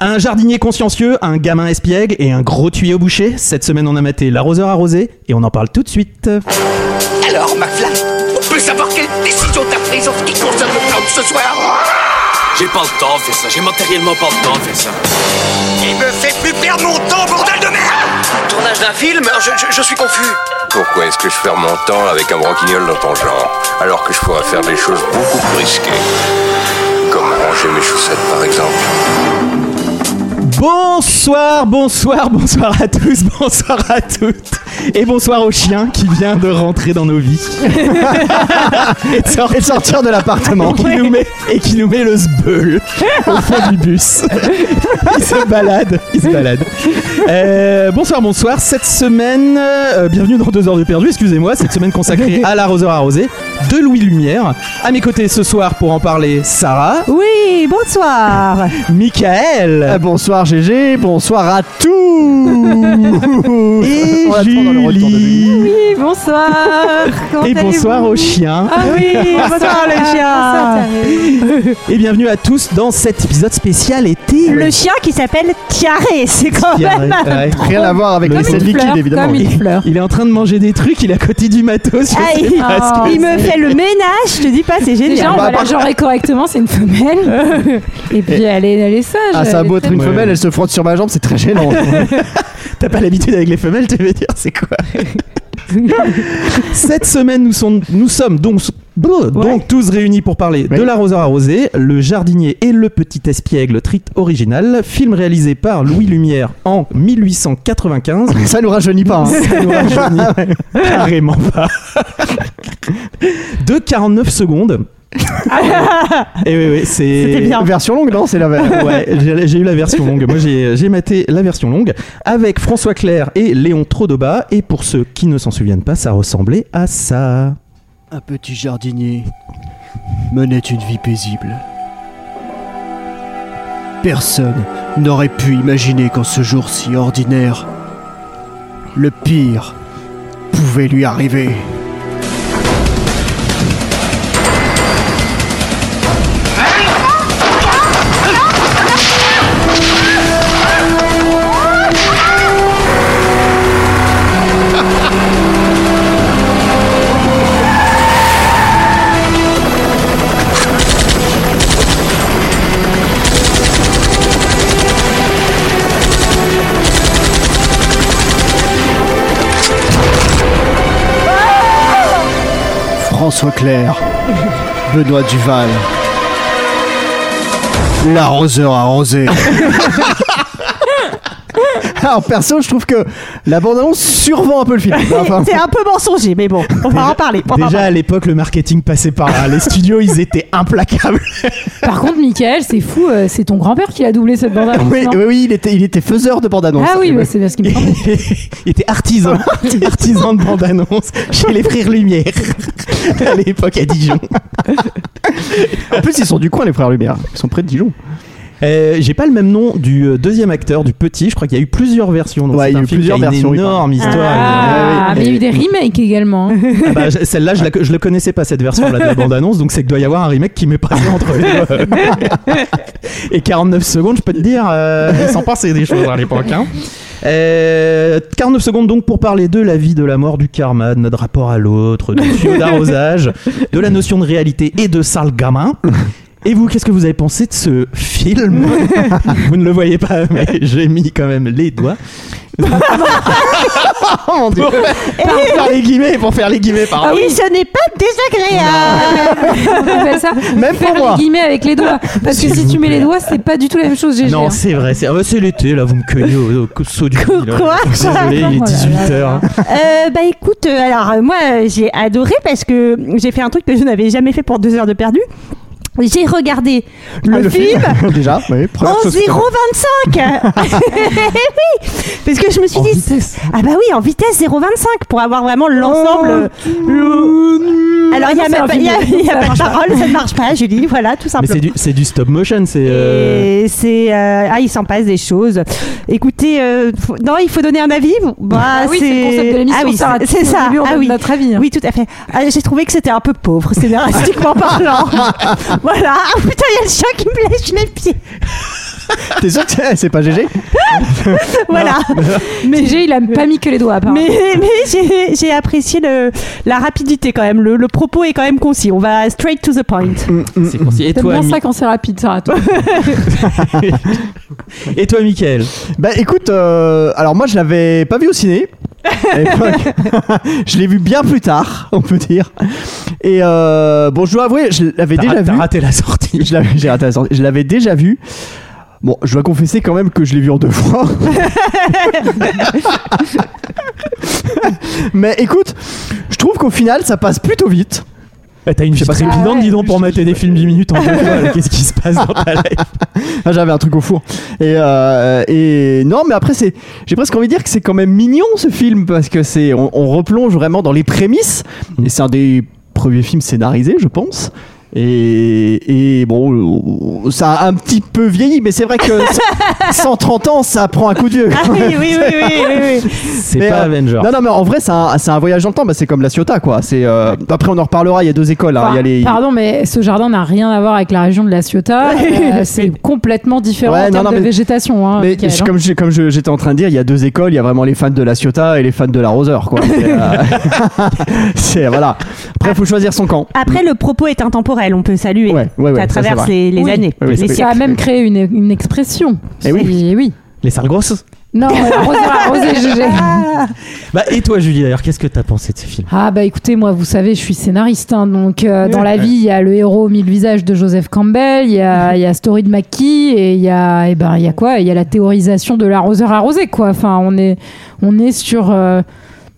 Un jardinier consciencieux, un gamin espiègle et un gros tuyau bouché. Cette semaine, on a maté l'arroseur arrosé et on en parle tout de suite. Alors, McFly, on peut savoir quelle décision t'as prise en ce qui concerne le plan de ce soir J'ai pas le temps de faire ça, j'ai matériellement pas le temps de faire ça. Il me fait plus perdre mon temps, bordel de merde Tournage d'un film je, je- je suis confus. Pourquoi est-ce que je perds mon temps avec un broquignol dans ton genre, alors que je pourrais faire des choses beaucoup plus risquées Comme ranger mes chaussettes par exemple. Bonsoir, bonsoir, bonsoir à tous, bonsoir à toutes. Et bonsoir au chien qui vient de rentrer dans nos vies. et, de sortir, de l'appartement. Qui nous met, et qui nous met le zbeul au fond du bus. il se balade, il se balade. Euh, bonsoir, bonsoir. Cette semaine, euh, bienvenue dans 2 heures de perdu, excusez-moi. Cette semaine consacrée à l'arroseur arrosé de Louis Lumière. À mes côtés ce soir pour en parler, Sarah, Oui, bonsoir. Michael. Ah, bonsoir GG, bonsoir à tous Et On attend dans le retour de Julie. Oui, bonsoir. Comment Et bonsoir allez-vous aux chiens. Ah oui, Ah, bonsoir les chiens. Et bienvenue à tous dans cet épisode spécial été. Le chien qui s'appelle Tiaré, c'est quand Ah, Pierre, même. ouais. Rien à voir avec Comme les une sels liquides évidemment. comme une fleur. Il est en train de manger des trucs, il est à côté du matos. je Ah, sais il, pas ce que- il me fait le ménage, je te dis pas, c'est Déjà, génial. on bah, va la par- genrer correctement, c'est une femelle. Et puis elle est, elle est sage. Ah ça a elle beau est être très- une Ouais. femelle, elle se frotte sur ma jambe, c'est très gênant. T'as pas l'habitude avec les femelles, tu veux dire, c'est quoi Cette semaine, nous, sont- nous sommes donc, bleu, donc tous réunis pour parler de Oui. l'arroseur arrosé, le jardinier et le petit espiègle, trite original, film réalisé par Louis Lumière en 1895. ça nous rajeunit pas. hein. Ça nous rajeunit carrément pas. De 49 secondes. Et oui, oui, c'est. C'était bien. Version longue non C'est la Ouais, j'ai j'ai eu la version longue. Moi, j'ai j'ai maté la version longue avec François Claire et Léon Trodoba. Et pour ceux qui ne s'en souviennent pas, ça ressemblait à ça. Un petit jardinier menait une vie paisible. Personne n'aurait pu imaginer qu'en ce jour si ordinaire, le pire pouvait lui arriver. François Claire, Benoît Duval, l'arroseur arrosé. Ah, Alors perso, je trouve que la bande-annonce survend un peu le film. Enfin, C'est un peu mensonger, mais bon, on va en parler. on va en bah, Déjà à l'époque, le marketing passait par là. Les studios, ils étaient implacables. Par contre, Michael, c'est fou, euh, c'est ton grand-père qui a doublé cette bande annonce. oui, oui, oui, il était, il était faiseur de bande-annonce. ah oui, bah, c'est bien ce qu'il me semble. Il était artisan, artisan de bande-annonce chez les frères Lumière à l'époque à Dijon. En plus, ils sont du coin, les frères Lumière. Ils sont près de Dijon. Euh, J'ai pas le même nom du euh, deuxième acteur, du petit. Je crois qu'il y a eu plusieurs versions. Donc c'est Ouais, il y a un eu film qui plusieurs une versions, oui, énorme histoire. Ah, oui, mais il y a eu oui. des remakes également. hein. Ah bah, je- Celle-là, je, la- je le connaissais pas cette version-là de la bande-annonce, donc c'est que doit y avoir un remake qui m'est passé entre les deux. Et 49 secondes, je peux te dire, euh, il s'en passait des choses à l'époque. hein. Euh, 49 secondes donc pour parler de la vie, de la mort, du karma, de notre rapport à l'autre, du tuyau d'arrosage, de la notion de réalité et de sale gamin. Et vous, qu'est-ce que vous avez pensé de ce film Vous ne le voyez pas, mais j'ai mis quand même les doigts. Oh mon dieu. Pour faire les guillemets, pour faire les guillemets, pardon. parler. oui, ce n'est pas désagréable. On appelle ça Même faire pour moi. les guillemets avec les doigts. Parce que si tu mets les doigts, c'est pas du tout la même chose, GG. Non, hein. c'est vrai, c'est ah bah, c'est l'été, là, vous me cueillez au, au saut du Quoi mille, là. Désolé, il est hein. Oh là là 18h. Euh, bah écoute, euh, alors euh, moi euh, j'ai adoré parce que j'ai fait un truc que je n'avais jamais fait pour deux heures de perdu. J'ai regardé le, film, Déjà, oui, première en chose. 0,25 Oui Parce que je me suis dit, ah bah oui, en vitesse 0,25 pour avoir vraiment Oh, l'ensemble. euh, Alors il n'y a C'est même un pas, il film, y a- il donc y ça a pas marche de pas. parole, ça ne marche pas, Julie, voilà, tout Mais simplement. c'est du, c'est du stop motion, c'est. euh, Et c'est euh, ah il s'en passe des choses. Écoutez euh, faut- non il faut donner un avis. vous- Bah, Ah oui, c'est le concept de l'émission. ah oui Sarah, c'est- c'est au ça début, on ah donne oui notre avis. hein. oui, tout à fait. Ah, J'ai trouvé que c'était un peu pauvre, scénaristiquement parlant. voilà. Ah putain, il y a le chien qui me lèche les pieds. T'es sûr que c'est c'est pas GG Voilà. Mais G, il a pas mis que les doigts, apparemment. Mais, mais j'ai- j'ai apprécié le, la rapidité quand même. Le, le propos est quand même concis. On va straight to the point. Mm. C'est mm. concis. Et T'aimes toi, bien Mi- ça quand c'est rapide, ça. toi. et toi, Michael Bah écoute, euh, alors moi je l'avais pas vu au ciné. à l'époque. je l'ai vu bien plus tard, on peut dire. Et euh, bon, je dois avouer, je l'avais déjà T'as vu. t'as raté la sortie. Je l'avais, j'ai raté la sortie. Je l'avais déjà vu. Bon, je dois confesser quand même que je l'ai vu en deux fois. Mais écoute, je trouve qu'au final ça passe plutôt vite. Eh, T'as une vie sais pas si- trépidante, Ah ouais. dis donc, pour mater des films 10 minutes en deux fois. là. Qu'est-ce qui se passe dans ta life Ah, j'avais un truc au four. Et, euh, et non, mais après, c'est, j'ai presque envie de dire que c'est quand même mignon ce film parce que c'est, on, on replonge vraiment dans les prémices. Et c'est un des premiers films scénarisés, je pense. Et, et bon, ça a un petit peu vieilli, mais c'est vrai que 130 ans, ça prend un coup de vieux. Ah oui, oui, oui, oui, oui, oui. C'est Mais, pas euh, Avenger. Non, non, mais en vrai, c'est un, c'est un voyage dans le temps. Bah, c'est comme la Ciotat, quoi. C'est, euh, après, on en reparlera. Il y a deux écoles. hein. Il y a les- Pardon, mais ce jardin n'a rien à voir avec la région de la Ciotat. Euh, c'est complètement différent Ouais, en non, termes non, de mais- végétation. hein, Mais Michael, je- hein. comme, je- comme je- j'étais en train de dire, il y a deux écoles, il y a vraiment les fans de la Ciotat et les fans de la Roseur, quoi. C'est, euh, c'est- voilà. Après, il faut choisir son camp. Après, le propos est intemporel. On peut saluer Ouais, ouais, ouais, à ça, c'est travers vrai. les, les Oui. années. Oui, oui, les c'est- Ça siècles. a même créé une, une expression. Eh oui. C'est- Les sales grosses. Non, arroser, arroser, GG. Bah, et toi, Julie, d'ailleurs, qu'est-ce que t'as pensé de ce film Ah bah écoutez, moi vous savez, je suis scénariste, hein, donc euh, dans la vie il y a le héros au mille visages de Joseph Campbell, il y a, il y a Story de Mackie et il y a eh ben il y a quoi Il y a la théorisation de l'arroseur arrosé quoi. Enfin on est on est sur euh,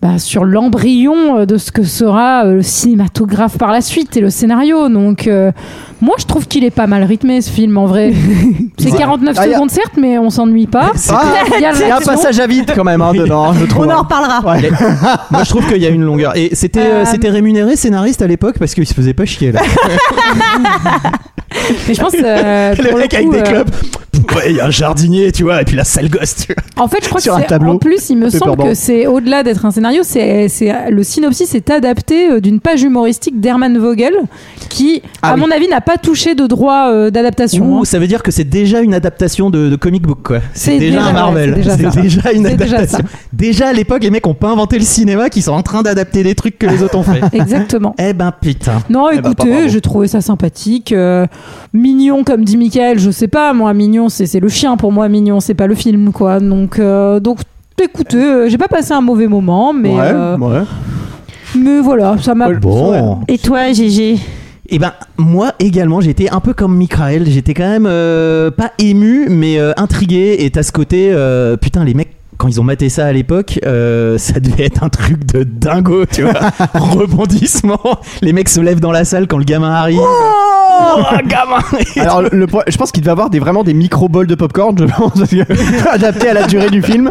bah, sur l'embryon euh, de ce que sera euh, le cinématographe par la suite et le scénario. Donc euh, moi je trouve qu'il est pas mal rythmé ce film en vrai. C'est 49 Ah, il y a- secondes certes, mais on s'ennuie pas. Ah, Il y a il y a un l'action. passage à vide quand même hein, dedans, je trouve. On en reparlera. Il y a- Moi, je trouve qu'il y a une longueur. Et c'était euh, Euh, c'était rémunéré scénariste à l'époque parce qu'il se faisait pas chier là. Mais je pense euh, le pour mec le avec coup, des euh, clubs. Ouais, il y a un jardinier, tu vois, et puis la sale gosse, tu vois. En fait, je crois Sur que un c'est- tableau. en plus, il me Pepper semble Band. que c'est au-delà d'être un scénario, c'est c'est- le synopsis est adapté euh, d'une page humoristique d'Herman Vogel qui, Ah à oui. mon avis, n'a pas touché de droit euh, d'adaptation. Ouh, ça veut dire que c'est déjà une adaptation de, de comic book, quoi. C'est C'est déjà, déjà- un Marvel. ouais, c'est déjà c'est ça. déjà, une C'est déjà adaptation. ça. Déjà, à l'époque, les mecs ont pas inventé le cinéma, qui sont en train d'adapter des trucs que les autres ont fait. hein. Exactement. eh ben putain. Non, Eh ben, pas bravo. écoutez, j'ai trouvé ça sympathique. euh, mignon, comme dit Michael, je sais pas, moi, mignon, c'est c'est le chien pour moi, mignon, c'est pas le film, quoi. Donc, euh, donc écoutez, euh, j'ai pas passé un mauvais moment, mais, Ouais, euh, ouais. mais voilà, ça m'a. Bon. Et toi, Gégé Eh ben moi également, j'étais un peu comme Michael, j'étais quand même euh, pas ému mais euh, intrigué et à ce côté euh, putain les mecs quand ils ont maté ça à l'époque, euh, ça devait être un truc de dingo, tu vois. Rebondissement. Les mecs se lèvent dans la salle quand le gamin arrive. Oh, gamin Alors, le, le point- je pense qu'il devait avoir des, vraiment des micro-bols de popcorn, je pense, parce que- adapté à la durée du film.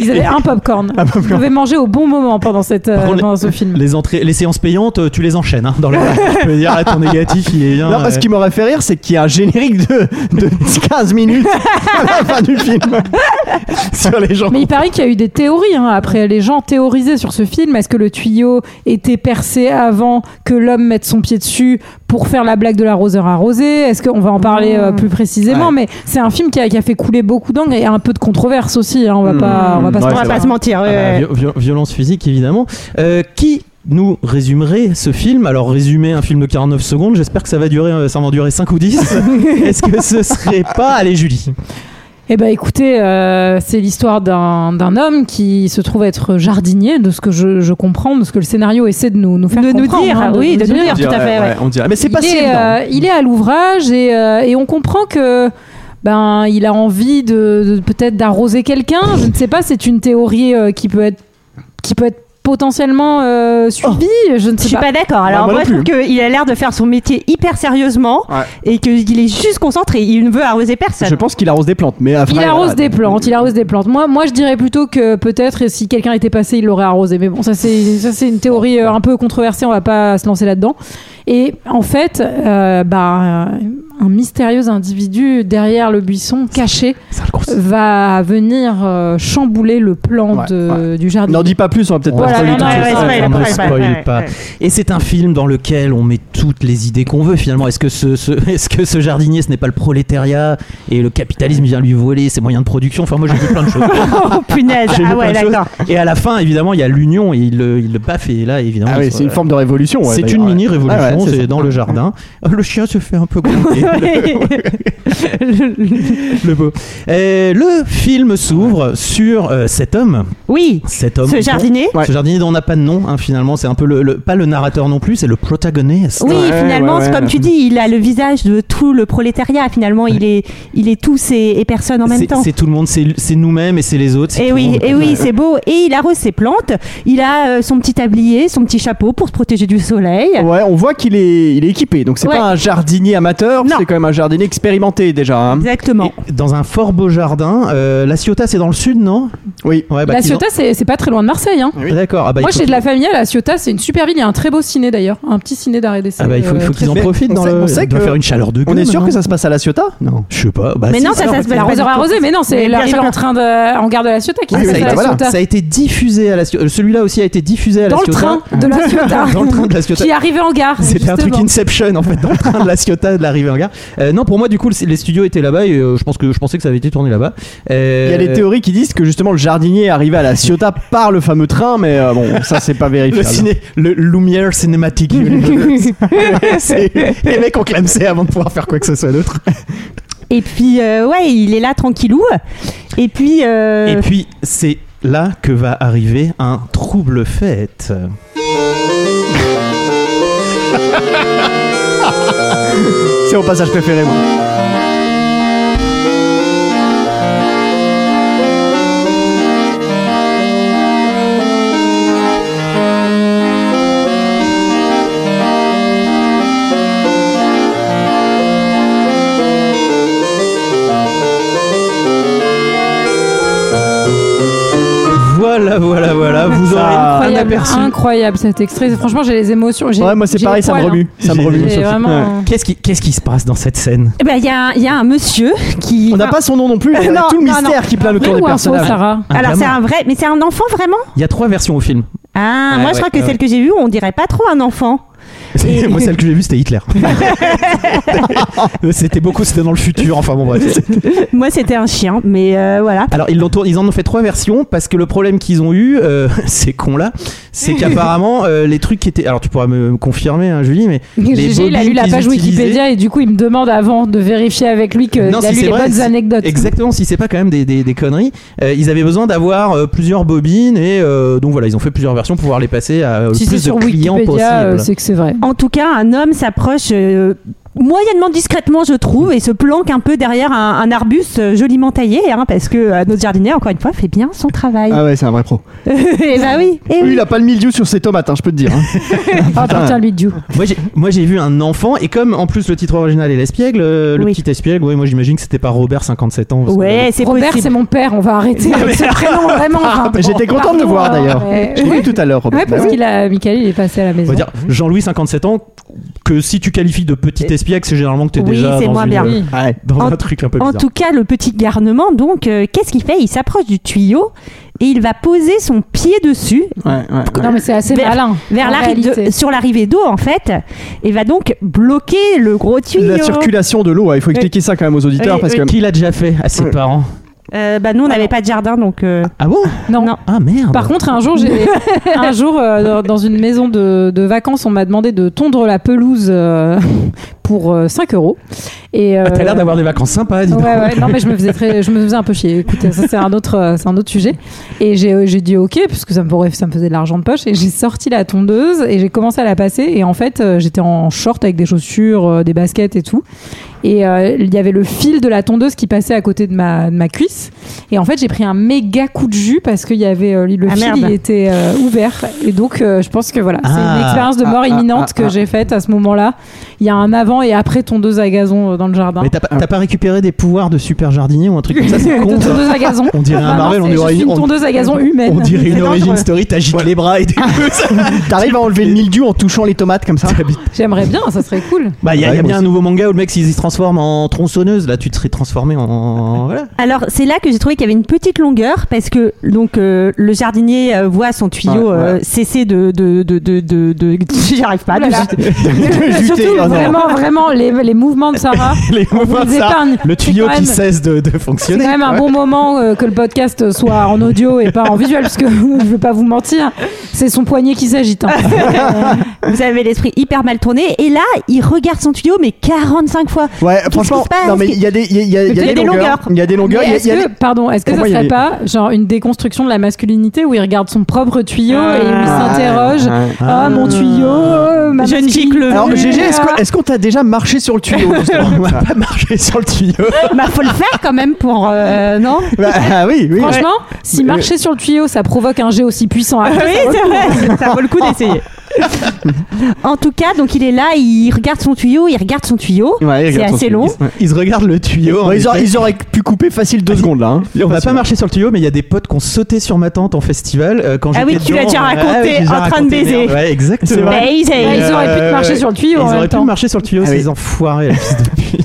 Ils avaient un popcorn. Ils devaient manger au bon moment pendant, cette, euh, Par contre, pendant ce film. Les entrées, les séances payantes, euh, tu les enchaînes. hein, dans le, je peux dire, là, ton négatif, il est bien. Non, parce euh, qu'il m'aurait fait rire, c'est qu'il y a un générique de, de 15 minutes à la fin du film sur les gens. Mais il paraît qu'il y a eu des théories. hein. Après, les gens théorisaient sur ce film. Est-ce que le tuyau était percé avant que l'homme mette son pied dessus pour faire la blague de l'arroseur arrosé Est-ce qu'on va en parler Ah. euh, plus précisément Mais c'est un film qui a, qui a fait couler beaucoup d'angles et un peu de controverse aussi. hein. On va pas, on va pas Ouais, se On va c'est pas vrai. se mentir. Hmm. ouais, Ah bah, ouais. vi- vi- violence physique, évidemment. Euh, qui nous résumerait ce film Alors, résumer un film de 49 secondes, j'espère que ça va durer, euh, ça va en durer 5 ou 10. Est-ce que ce serait pas. Allez, Julie. Eh ben, écoutez, euh, c'est l'histoire d'un d'un homme qui se trouve être jardinier, de ce que je, je comprends, de ce que le scénario essaie de nous, nous faire De nous comprendre, dire, hein, oui, de nous dire. Tout à fait, ouais. on dirait. Mais c'est pas il si est, évident. euh, il est à l'ouvrage et, euh, et on comprend que ben il a envie de, de- peut-être d'arroser quelqu'un. Je ne sais pas. C'est une théorie euh, qui peut être qui peut être potentiellement euh, suivie. Oh. je ne Je sais suis pas. pas d'accord. Alors, Bah, moi moi, non hein. je trouve qu'il a l'air de faire son métier hyper sérieusement et qu'il est juste concentré. Il ne veut arroser personne. Je pense qu'il arrose des plantes, mais après, Il arrose voilà. des plantes, il arrose des plantes. Moi, moi, je dirais plutôt que peut-être si quelqu'un était passé, il l'aurait arrosé. Mais bon, ça c'est ça c'est une théorie euh, un peu controversée. On va pas se lancer là-dedans. Et en fait, euh, bah, euh, un mystérieux individu derrière le buisson, caché, Ça, le gros- va venir euh, chambouler le plan Ouais, de- du jardin. N'en dis pas plus, on va peut-être Voilà, pas spoiler non, tout non, de ouais, ouais, suite. on ne spoil pas. Et c'est un film dans lequel on met toutes les idées qu'on veut finalement. Est-ce que ce, ce- est-ce que ce jardinier, ce n'est pas le prolétariat et le capitalisme vient lui voler ses moyens de production Enfin, moi j'ai vu plein de choses. Oh punaise, J'ai vu ah plein ouais, de choses. d'accord. Et à la fin, évidemment, il y a l'union et il le, il le baffe et là, évidemment. Ah oui, ils sont- c'est une forme de révolution. ouais, c'est d'ailleurs, une ouais. mini révolution, Ah ouais, c'est, c'est ça. dans le jardin. Ah, Le chien se fait un peu gronder. le, le beau. Et le film s'ouvre sur euh, cet homme, Oui, cet homme. ce dont- jardinier. Ouais. Ce jardinier dont on n'a pas de nom, hein, finalement, c'est un peu le, le- pas le narrateur non plus, c'est le protagoniste. Oui, Ouais, finalement, ouais, c'est ouais. comme tu dis, il a le visage de tout le prolétariat. Finalement, il est, il est tous et, et personne en même C'est, temps. c'est tout le monde, c'est, c'est nous-mêmes et c'est les autres. c'est Et tout le Eh oui, monde. et oui, c'est beau. Et il arrose ses plantes. Il a euh, son petit tablier, son petit chapeau pour se protéger du soleil. Oh, hein. Ouais, on voit qu'il est, il est équipé. Donc c'est Ouais. pas un jardinier amateur, Non. c'est quand même un jardinier expérimenté déjà. hein. Exactement. Et dans un fort beau jardin. euh, la Ciotat, c'est dans le sud, non Oui. ouais, bah, La qu'ils Ciotat, c'est c'est pas très loin de Marseille. Hein. ont- D'accord. Ah bah, Moi, il faut j'ai de la famille à La Ciotat, c'est une super ville. Il y a un très beau ciné d'ailleurs, un petit ciné d'arrêt d'essai. Ah bah, il faut, euh, faut qu'ils en Mais profitent on dans sait- le. on sait il doit que- faire une chaleur de On gueule, est sûr maintenant. que ça se passe à la Ciotat Non, je sais pas. Bah, Mais si, non, ça, ça C'est s'appelle la pas rose du tout. arrosée, mais non, c'est Mais la bien rivière sûr. en train de, en gare de la Ciotat qui Ah, Oui, ça, s'appelle a oui, la été, voilà. Ciotat. ça a été diffusé à la Ciotat. Euh, Celui-là aussi a été diffusé à la Dans le Ciotat. train de la Ciotat. Dans le train de la Ciotat. Qui arrivait en gare. C'était un truc justement. Inception en fait dans le train de la Ciotat de l'arrivée en gare. Euh, non, pour moi du coup le- les studios étaient là-bas et euh, je pense que je pensais que ça avait été tourné là-bas. Euh, Il y a des théories qui disent que justement le jardinier est arrivé à la Ciotat par le fameux train, mais euh, bon, ça c'est pas Le vérifiable. ciné, le Lumière Cinematic Universe. C'est- les mecs ont clamsé avant de pouvoir faire quoi que ce soit d'autre. Et puis, euh, ouais, il est là tranquillou. Et puis, euh, Et puis c'est là que va arriver un trouble fête. C'est mon passage préféré. moi. Voilà, voilà, voilà. Vous Ça- aurez un Ah. Incroyable, aperçu. incroyable cet extrait. Franchement, j'ai les émotions. j'ai- Ouais, moi c'est j'ai pareil, les ça me poils, remue. hein. Ça me J'ai- remue. J'ai vraiment. Qu'est-ce qui, qu'est-ce qui se passe dans cette scène eh ben, il y, a un- il y a un monsieur qui. On n'a pas son nom non plus, on a Non, tout le non, mystère qui plane autour Vrai des ou info, personnages. Sarah Alors, Ah, Vraiment. c'est un vrai. Mais c'est un enfant vraiment Il y a trois versions au film. Ah, Ouais, moi, je ouais, crois que ouais, celle que j'ai vue, on dirait pas trop un enfant. C'est- Moi, celle que j'ai vue, c'était Hitler. c'était beaucoup, c'était dans le futur. Enfin bon, bref. Moi, c'était un chien, mais euh, voilà. Alors, ils, l'ont tour- ils en ont fait trois versions parce que le problème qu'ils ont eu, euh, ces cons-là, c'est qu'apparemment, euh, les trucs qui étaient. Alors, tu pourras me, me confirmer, hein, Julie, mais. les GG, il a lu bobines la qu'ils page utilisaient- Wikipédia et du coup, il me demande avant de vérifier avec lui qu'il Non, a si lu c'est les vrai, bonnes si- anecdotes. Exactement, si c'est pas quand même des, des- des conneries. Euh, ils avaient besoin d'avoir euh, plusieurs bobines et euh, donc voilà, ils ont fait plusieurs versions pour pouvoir les passer à euh, le Si c'est plus de sur clients Wikipédia, euh, possible. c'est que c'est vrai. En tout cas, un homme s'approche euh, moyennement discrètement, je trouve, et se planque un peu derrière un, un arbuste euh, joliment taillé, hein, parce que euh, notre jardinier, encore une fois, fait bien son travail. Ah ouais, c'est un vrai pro. Eh bah oui, eh Lui, oui. il a pas le mildiou sur ses tomates, hein, je peux te dire. hein. Ah putain, lui, Dieu. Moi j'ai, moi j'ai vu un enfant et comme en plus le titre original est l'espiègle, euh, le Oui. petit espiègle, ouais, moi j'imagine que c'était pas Robert 57 ans. parce que- euh, Ouais, c'est Robert, possible. c'est mon père, on va arrêter avec ce prénom, vraiment. enfin, Ah, Mais J'étais content de le pardon, voir d'ailleurs. euh, mais- Je l'ai vu tout à l'heure, Robert. Ouais, parce qu'il a. Michael, il est passé à la Bah On maison. va dire Jean-Louis 57 ans que si tu qualifies de petit espiègle, c'est généralement que t'es Oui, déjà c'est dans, moins une- euh, bien. Oui. Ouais. dans En- un truc un peu En bizarre. tout cas, le petit garnement, donc, euh, qu'est-ce qu'il fait Il s'approche du tuyau et il va poser son pied dessus Ouais, ouais, ouais. Non, mais c'est assez Vers- malin. vers en la réalité. sur l'arrivée d'eau, en fait, et va donc bloquer le gros tuyau. La circulation de l'eau, ouais, il faut expliquer ça quand même aux auditeurs Oui, parce oui. que Qui l'a déjà fait à ses parents Euh, bah, Ah nous, on n'avait pas de jardin, donc. euh, Ah bon Non. Non. Ah merde Par contre, un jour, j'ai- un jour euh, dans- dans une maison de, de vacances, on m'a demandé de tondre la pelouse euh, pour euh, 5 euros. Et euh, Ah, T'as l'air d'avoir des vacances sympas, dis Ouais, donc. ouais, non, mais je me faisais, très, je me faisais un peu chier. Écoute, ça, c'est un autre, euh, c'est un autre sujet. Et j'ai, euh, j'ai dit OK, parce que ça me, pourrait- ça me faisait de l'argent de poche. Et j'ai sorti la tondeuse et j'ai commencé à la passer. Et en fait, euh, j'étais en short avec des chaussures, euh, des baskets et tout. Et euh, il y avait le fil de la tondeuse qui passait à côté de ma, de ma cuisse. Et en fait, j'ai pris un méga coup de jus parce qu'il y avait euh, le Ah, fil, merde. il était euh, ouvert. Et donc, euh, je pense que voilà, c'est Ah, une expérience de ah, mort ah, imminente ah, que ah. j'ai faite à ce moment-là. Il y a un avant avant et après tondeuse à gazon euh, dans le jardin. Mais t'as pas, t'as pas récupéré des pouvoirs de super jardinier ou un truc comme ça C'est con. De ça. tondeuse à gazon. On dirait un Ah non, Marvel, on c'est- je dirait suis une, une on- tondeuse à gazon humaine. on dirait C'est une origin dangereux. story, t'agites les bras et des T'arrives à enlever le mildiou en touchant les tomates comme ça J'aimerais bien, ça serait cool. Bah, il y a, y a Ouais, moi bien un nouveau manga où le mec, s'il se transforme en tronçonneuse, là, tu te serais transformé en. Voilà. Alors c'est là que j'ai trouvé qu'il y avait une petite longueur parce que donc euh, le jardinier euh, voit son tuyau Ouais, ouais. euh, cesser de de de de de, de- j'y arrive pas. Oh là de- là. Juter, Surtout non, non. vraiment, vraiment les, les mouvements de Sarah. Les mouvements vous de ah ça, épargne. Le C'est tuyau quand qui même- cesse de, de C'est fonctionner. quand même un bon moment euh, que le podcast soit en audio et pas en visuel, parce que je veux pas vous mentir, c'est son poignet qui s'agite. hein. Vous avez l'esprit hyper mal tourné et là il regarde son tuyau mais 45 fois. Ouais, Qu'est-ce franchement, qui se passe non mais il y a des, il y a- il y a- il y a des longueurs, il y a des longueurs, Mais il y a- est-ce il y a que, des- pardon, est-ce que Pour ça moi, il y serait avait- pas genre une déconstruction de la masculinité où il regarde son propre tuyau et il Ah. s'interroge Ah, mon tuyau, euh, ma Je ne gicle masculinité. Alors plus. GG, est-ce qu'on est-ce qu'on t'a déjà marché sur le tuyau On justement va pas marcher sur le tuyau. Bah faut le faire quand même pour euh, non. Bah, ah oui, oui. Franchement, si Euh, marcher sur le tuyau, ça provoque un jet aussi puissant. Oui, après, ça vaut le c'est coup. vrai, ça vaut le coup d'essayer. en tout cas, donc il est là, il regarde son tuyau, il regarde son tuyau. Ouais, c'est regarde son assez tuyau. long. Ils se regardent le tuyau. en Ouais, ils, auraient, effet. ils auraient pu couper facile deux secondes là. hein. On va pas marcher sur le tuyau, mais il y a des potes qui ont sauté sur ma tante en festival euh, quand Ah j'étais oui, tu l'as dedans. déjà Ouais, raconté, ouais, j'ai déjà en train de raconté, baiser. merde. Ouais, exactement. C'est vrai. Mais ils Ouais, avaient- ils auraient pu Euh, te marcher ouais. sur le tuyau Ils en auraient même pu temps. marcher sur le tuyau, Ah oui. ces enfoirés, là, fils de pute.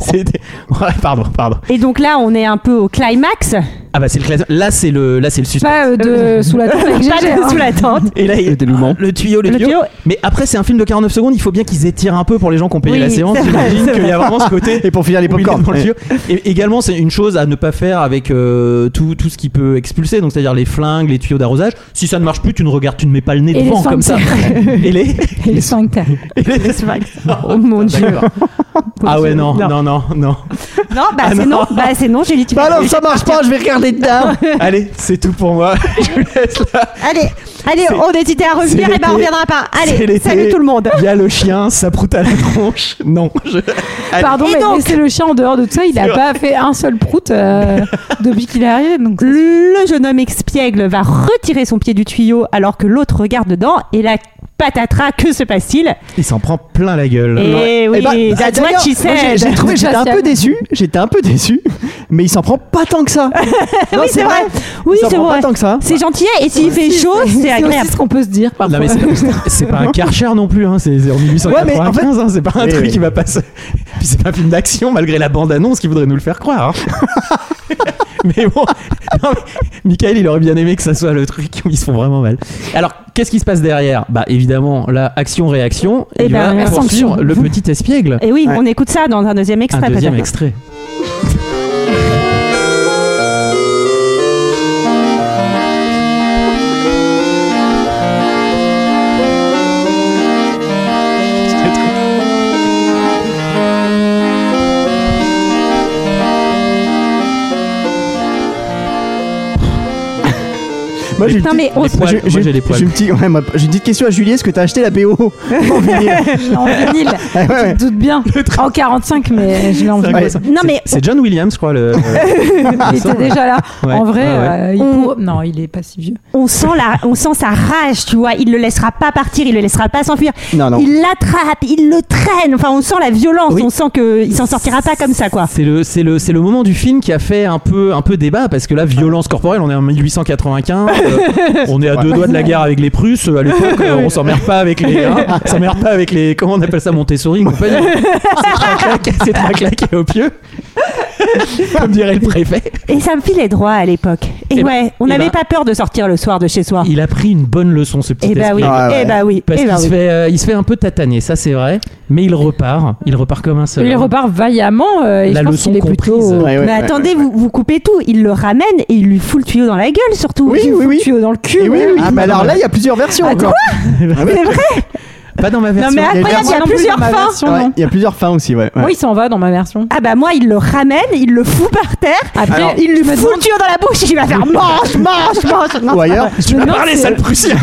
C'était- Ouais, pardon, pardon. Et donc là, on est un peu au climax, Ah bah c'est le classe- Là, c'est le, là, c'est le suspect. Pas euh, de sous la tente avec pas GG, hein. de- sous la tente. Et là, il- Le dénouement. Le tuyau, le, Le tuyau. tuyau. Mais après, c'est un film de 49 secondes. Il faut bien qu'ils étirent un peu pour les gens qui ont payé Oui, la séance. c'est vrai, J'imagine c'est qu'il y a vraiment ce côté. Et pour finir les Au milieu popcorn. dans le Ouais. tuyau. Et également, c'est une chose à ne pas faire avec euh, tout, tout ce qui peut expulser, donc c'est-à-dire les flingues, les tuyaux d'arrosage. Si ça ne marche plus, tu ne regardes, tu ne mets pas le nez Et les devant comme ça. sphincters. Et les, Et le sphincter. et les- Oh mon dieu. D'accord. Ah ouais, non, non, non, non. Non, bah c'est non, bah c'est non, j'ai dit tu Ah Bah vas- non, ça marche pas, je vais regarder dedans. Allez, c'est tout pour moi. Je vous laisse là. Allez, allez, on hésité à revenir c'est et ben on l'été. reviendra pas. C'est Allez, l'été. salut tout le monde. Il y a le chien, ça proute à la tronche. Non, je- Pardon, Et mais donc- laisser le chien en dehors de tout ça, il a pas fait un seul prout euh, depuis qu'il est arrivé. Donc ça- Le jeune homme expiègle va retirer son pied du tuyau alors que l'autre regarde dedans et la patatras, que se passe-t-il il s'en prend plein la gueule. Et oui, Eh ben, that's d'ailleurs, what she moi, j'ai- said. j'ai trouvé- J'étais un Facial. peu déçu, j'étais un peu déçu, mais il s'en prend pas tant que ça. Non, Oui, c'est vrai. Oui, Il s'en c'est prend vrai. pas tant que ça. Ah, C'est gentil et s'il fait chaud, c'est aussi agréable. ce qu'on peut se dire Non, parfois. mais c'est- c'est pas un Karcher non plus, hein, c'est c'est en 1895, Ouais, hein, c'est pas un Oui, truc oui. qui va passer. Puis c'est pas un film d'action malgré la bande-annonce qui voudrait nous le faire croire. hein. mais bon, non, mais Michael il aurait bien aimé que ça soit le truc où ils se font vraiment mal. Alors qu'est-ce qui se passe derrière Bah évidemment, la action-réaction, Eh il ben, va la poursuivre sanction. le petit espiègle. Et oui, on écoute ça dans un deuxième extrait. Un deuxième peut-être. extrait. Moi, j'ai une Non, petite- mais on Les se- poils, j'ai- moi, j'ai- j'ai les poils. j'ai une petite- ouais, moi, j'ai une petite question à Julie, est-ce que t'as acheté la BO en vinyle en vinyle, Ouais, tu ouais. te doutes bien. En 45, mais je l'ai en vinyle. Ouais. Non, C'est- mais- c'est John Williams, je crois. Le, euh, Il était déjà là. Ouais, en vrai, ouais, ouais. euh, il On- pour- non, il est pas si vieux. on sent la, on sent sa rage, tu vois. Il le laissera pas partir, il le laissera pas s'enfuir. Non, non. Il l'attrape, il le traîne. Enfin, on sent la violence. Oui. On sent que il s'en sortira pas comme ça, quoi. C'est le, c'est le, c'est le moment du film qui a fait un peu, un peu débat parce que là, violence corporelle, on est en 1895, euh, on est à deux doigts de la guerre avec les Prusses. euh, À l'époque, euh, on s'emmerde pas avec les, hein, on s'emmerde pas avec les, comment on appelle ça, Montessori, et compagnie. C'est un claque et opieux, comme dirait le préfet. Et ça me filait droit à l'époque. Et, Eh ben- ouais, on eh n'avait ben- pas peur de sortir le soir de chez soi. Il a pris une bonne leçon, ce petit. Eh bah esprit. oui, Ah ouais. eh bah oui, Parce eh bah qu'il se, oui. fait, euh, il se fait un peu tataner, ça c'est vrai, mais il repart, il repart comme un seul. Il homme. repart vaillamment euh, et La je pense leçon qu'il est comprise. plutôt. euh, Ouais, ouais, Mais ouais. attendez, vous, vous coupez tout. Il le ramène et il lui fout le tuyau dans la gueule, surtout. Oui, il lui oui, fout oui. le tuyau dans le cul. Ah bah, Et oui, ouais. oui, oui. mais alors là, il y a plusieurs versions encore. Ah ouais. C'est vrai. Pas dans ma Non, version. mais il y a après, une il y version a non plus plusieurs dans ma fins. version, Ouais, non il y a plusieurs fins aussi, ouais. ouais. Moi, il s'en va dans ma version. Ah bah moi, il le ramène, il le fout par terre. Après, Alors, il je lui fout me demande- le tuyau dans la bouche et il va faire mange, mange, mange. Non, Ou ailleurs. Ah, Je me demande Parlez, si- sale prussien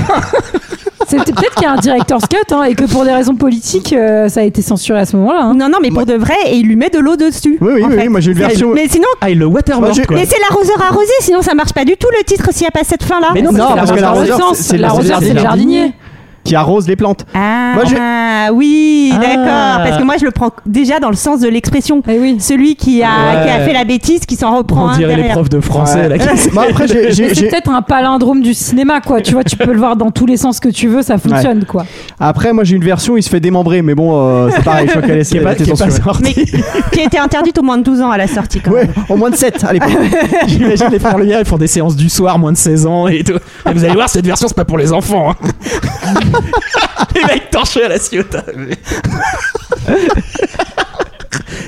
C'est peut-être qu'il y a un director's cut hein, et que pour des raisons politiques, euh, ça a été censuré à ce moment-là. hein. Non, non, mais pour de vrai, et il lui met de l'eau dessus. Oui, oui, en oui, fait. moi, j'ai une Mais- version- Mais sinon, Ah, il le waterboard, Moi, je- quoi. mais c'est l'arroseur arrosé, sinon ça marche pas du tout le titre s'il n'y a pas cette fin-là. Mais non, Non, parce parce que que la l'arroseur, l'arroseur, c'est- c'est l'arroseur, le c'est le jardinier. jardinier. qui arrose les plantes. Ah, Moi, j'ai- ah, oui, Ah. d'accord. Parce que moi, je le prends déjà dans le sens de l'expression. Eh oui. Celui qui a, Ouais. qui a fait la bêtise, qui s'en reprend. On hein, dirait les derrière. profs de français. là, Ouais. qui- Moi, après, j'ai- j'ai- C'est j'ai- peut-être un palindrome du cinéma, quoi. Tu vois, tu peux le voir dans tous les sens que tu veux, ça fonctionne, quoi. après, moi j'ai une version, il se fait démembrer, mais bon, euh, c'est pareil, je crois qu'elle est, Qui est pas, elle était qui est pas censurée. sorti. Mais qui a été interdite au moins de 12 ans à la sortie, quand Ouais, même. au moins de 7 à l'époque. J'imagine les frères Lumière, ils font des séances du soir, moins de 16 ans et tout. Et vous allez voir, cette version, c'est pas pour les enfants. hein. les mecs torchés à la Ciotat.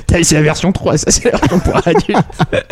T'as c'est la version 3, ça c'est la version pour adultes.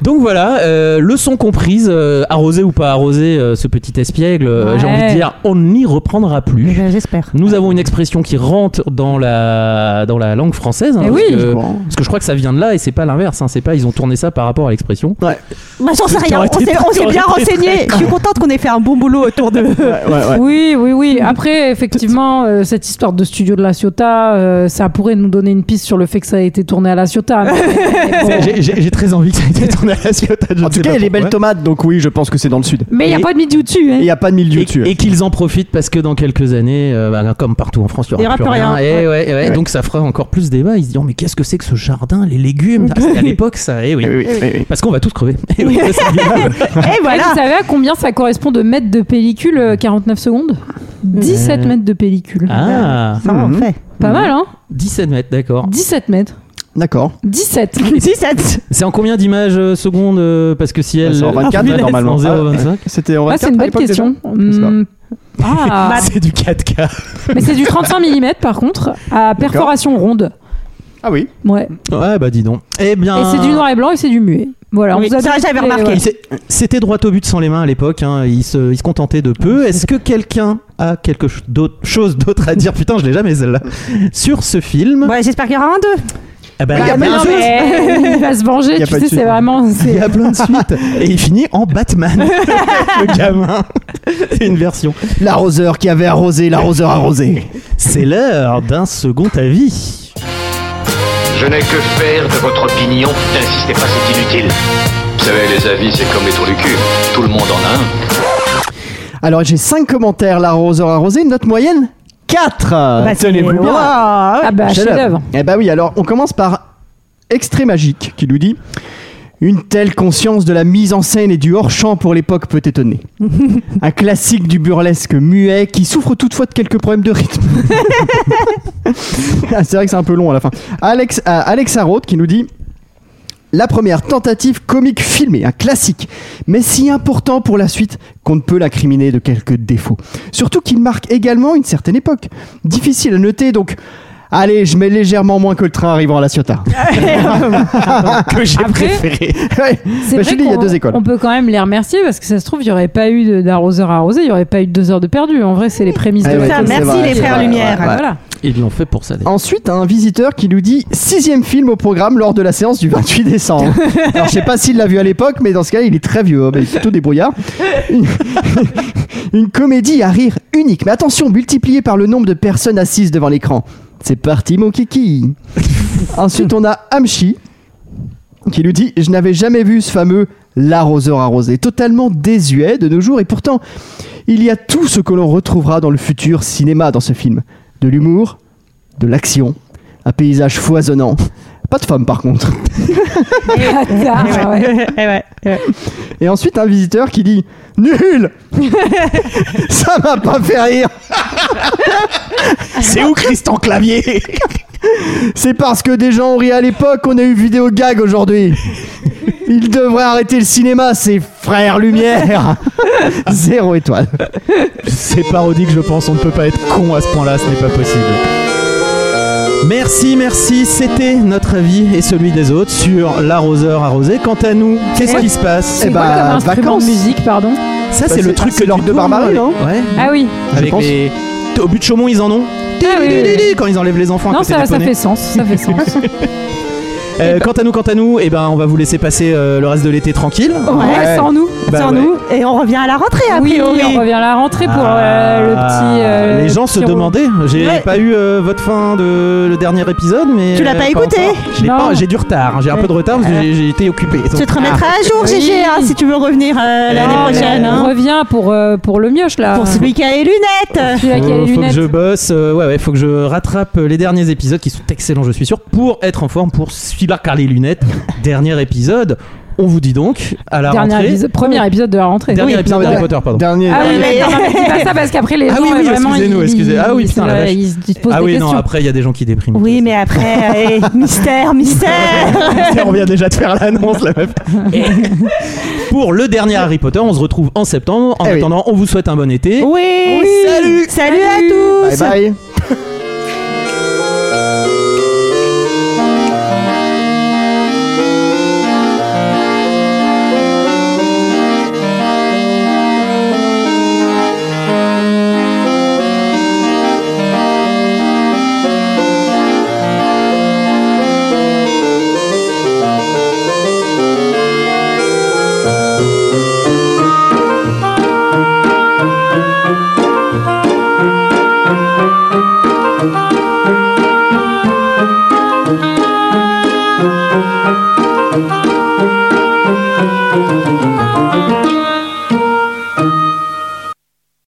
Donc voilà, euh, leçon comprise, euh, arrosé ou pas arrosé, euh, ce petit espiègle, euh, j'ai Ouais. envie de dire, on n'y reprendra plus. Je- J'espère. Nous avons une expression qui rentre dans la, dans la langue française. hein, Eh parce oui. que- parce que je crois que ça vient de là et c'est pas l'inverse. hein, c'est pas ils ont tourné ça par rapport à l'expression. Bah, j'en sais rien. T'aurais On été- s'est- on s'est t'aurais bien été renseigné. Je suis contente qu'on ait fait un bon boulot autour de. Ouais, ouais, ouais. Oui, oui, oui. Après, effectivement, euh, cette histoire de studio de la Ciotat, euh, ça pourrait nous donner une piste sur le fait que ça a été tourné à la Ciotat. hein. mais- mais bon. Eh, J'ai- J'ai j'ai très envie que ça ait été tourné à la Ciotat. je En ne tout sais cas, pas il y a les belles pourquoi. tomates, donc oui, je pense que c'est dans le sud. Mais il n'y a Et- pas de milieu dessus. Et il Hein. n'y a pas de milieu dessus. Et, et qu'ils en profitent parce que dans quelques années, euh, bah, comme partout en France, il n'y aura, plus rien. Et ouais, et ouais, Donc ça fera encore plus débat. Ils se diront mais qu'est-ce que c'est que ce jardin, les légumes Ah, c'était À l'époque, ça, eh oui. Oui, oui, oui, oui. Parce qu'on va tous crever. Eh oui, ça, c'est bien. Et Et Eh, voilà. Vous savez à combien ça correspond de mètres de pellicule euh, 49 secondes 17 mètres de pellicule. ah, Ça, on fait. Pas mal, hein 17 mètres, d'accord. 17 mètres. D'accord. 17. 17. C'est en combien d'images euh, secondes euh, Parce que si elle. C'est en 24 Ah, normalement. en 0,25. C'était en 24 Ah, c'est une à bonne l'époque, question. Je sais pas. Hmm. Ah, C'est du 4K. mais c'est du 35 mm par contre, à perforation ronde. déjà Ah oui. Ouais. Ouais, bah dis donc. Eh bien. Et c'est du noir et blanc et c'est du muet. Voilà, Oui, on vous a ça, donné- j'avais remarqué. Il s'est- C'était droit au but sans les mains à l'époque. Hein. Il, se, il se contentait de peu. Est-ce que quelqu'un a quelque ch- d'autre- chose d'autre à dire Putain, je l'ai jamais celle-là. Sur ce film. Ouais, j'espère qu'il y aura un 2. Ah bah, Ouais, il y a plein non, de choses. mais il va se venger, Il y a tu pas de sais, suite. c'est vraiment. Il y c'est- a plein de suites. Et il finit en Batman. le gamin. C'est une version. L'arroseur qui avait arrosé, l'arroseur arrosé. C'est l'heure d'un second avis. Je n'ai que faire de votre opinion. N'insistez pas, c'est inutile. Vous savez, les avis, c'est comme les trous du cul. Tout le monde en a un. Alors j'ai 5 commentaires, l'arroseur arrosé, note moyenne 4. Tenez-vous bien. Ah bah, chef-d'œuvre. Eh bah oui, alors on commence par Extrait Magique qui nous dit Une telle conscience de la mise en scène et du hors-champ pour l'époque peut étonner. Un classique du burlesque muet qui souffre toutefois de quelques problèmes de rythme. Ah, c'est vrai que c'est un peu long à la fin. Alex, ah, Alex Arraud qui nous dit la première tentative comique filmée, un classique, mais si important pour la suite qu'on ne peut l'incriminer de quelques défauts. Surtout qu'il marque également une certaine époque. Difficile à noter donc. Allez, je mets légèrement moins que le train arrivant à la Ciotat. Que j'ai Après- préféré. Ouais. C'est Bah, vrai je te dis, il y a qu'on- deux écoles. On peut quand même les remercier parce que ça se trouve, il n'y aurait pas eu de- d'arroseur arrosé, il n'y aurait pas eu de deux heures de perdu. En vrai, c'est les prémices Eh de ouais, la ça, c'est comédie. merci vrai, les c'est frères vrai, Lumière. ouais, ouais. Voilà. Ils l'ont fait pour ça. d'ailleurs. Ensuite, un visiteur qui nous dit sixième film au programme lors de la séance du 28 décembre. Alors, je sais pas s'il l'a vu à l'époque, mais dans ce cas, il est très vieux, hein, mais il est plutôt débrouillard. Une... Une comédie à rire unique, mais attention, multipliée par le nombre de personnes assises devant l'écran. C'est parti, mon kiki. Ensuite, on a Amchi qui lui dit Je n'avais jamais vu ce fameux l'arroseur arrosé, totalement désuet de nos jours, et pourtant, il y a tout ce que l'on retrouvera dans le futur cinéma dans ce film de l'humour, de l'action, un paysage foisonnant. Pas de femme par contre. Bâtard, Ah, ben, ouais. Eh ouais, eh ouais. Et ensuite un visiteur qui dit Nul Ça m'a pas fait rire C'est où Christian Clavier C'est parce que des gens ont ri à l'époque qu'on a eu vidéo gag aujourd'hui Ils devraient arrêter le cinéma, ces frères Lumière Zéro étoile. Oh, C'est parodique, je pense. On ne peut pas être con à ce point-là, ce n'est pas possible. Merci, merci. C'était notre avis et celui des autres sur l'arroseur arrosé. Quant à nous, qu'est-ce qui se passe C'est Eh quoi bah, comme instrument vacances. de musique, pardon Ça, bah, c'est le c'est- truc c'est que l'orgue tu de tournes, Barbarie, non Ouais. Ah oui. Avec pense. les- Au but de Chaumont, ils en ont. Ah oui, oui, oui. Quand ils enlèvent les enfants. à Non, côté ça, des ça poneys. fait sens. Ça fait sens. Euh, quant à nous, quant à nous, eh ben, on va vous laisser passer euh, le reste de l'été tranquille. Ouais, Ouais. sans nous. Bah sans ouais. nous. Et on revient à la rentrée, a Oui, priori. on revient à la rentrée pour Ah, euh, le petit. euh, les le gens petit se rôle. demandaient. J'ai Ouais. pas eu euh, votre fin de le dernier épisode, mais Tu l'as pas comment écouté ça Je l'ai Non. pas- J'ai du retard. J'ai un peu de retard parce que j'ai- j'ai été occupé. Tu te remettras à jour, Oui. GG, hein, si tu veux revenir euh, l'année Ah, prochaine. mais hein. On revient pour, euh, pour le mioche là. Pour celui qui a les lunettes. Celui-là faut, qui a les faut que lunettes. je bosse, euh, ouais, ouais, faut que je rattrape euh, les derniers épisodes qui sont excellents, je suis sûr, pour être en forme pour celui-là car les lunettes. Dernier épisode, on vous dit donc à la Dernier rentrée. épisode- premier épisode de la rentrée. Dernier Oui, épisode non, mais d'Harry ouais. Potter, pardon. Dernier. Ah oui, Ah oui, mais non, mais- mais dis pas ça parce qu'après les Ah gens euh, oui, oui, vraiment excusez-nous, ils- excusez- ah oui, ils- putain, la vache. ils ils te posent Ah oui, des non, questions. après il y a des gens qui dépriment. Oui, mais après, eh, mystère, mystère. on vient déjà de faire l'annonce, la meuf. Et pour le dernier Harry Potter, on se retrouve en septembre. En Eh oui. attendant, on vous souhaite un bon été. Oui. Salut. Salut à tous. Bye bye.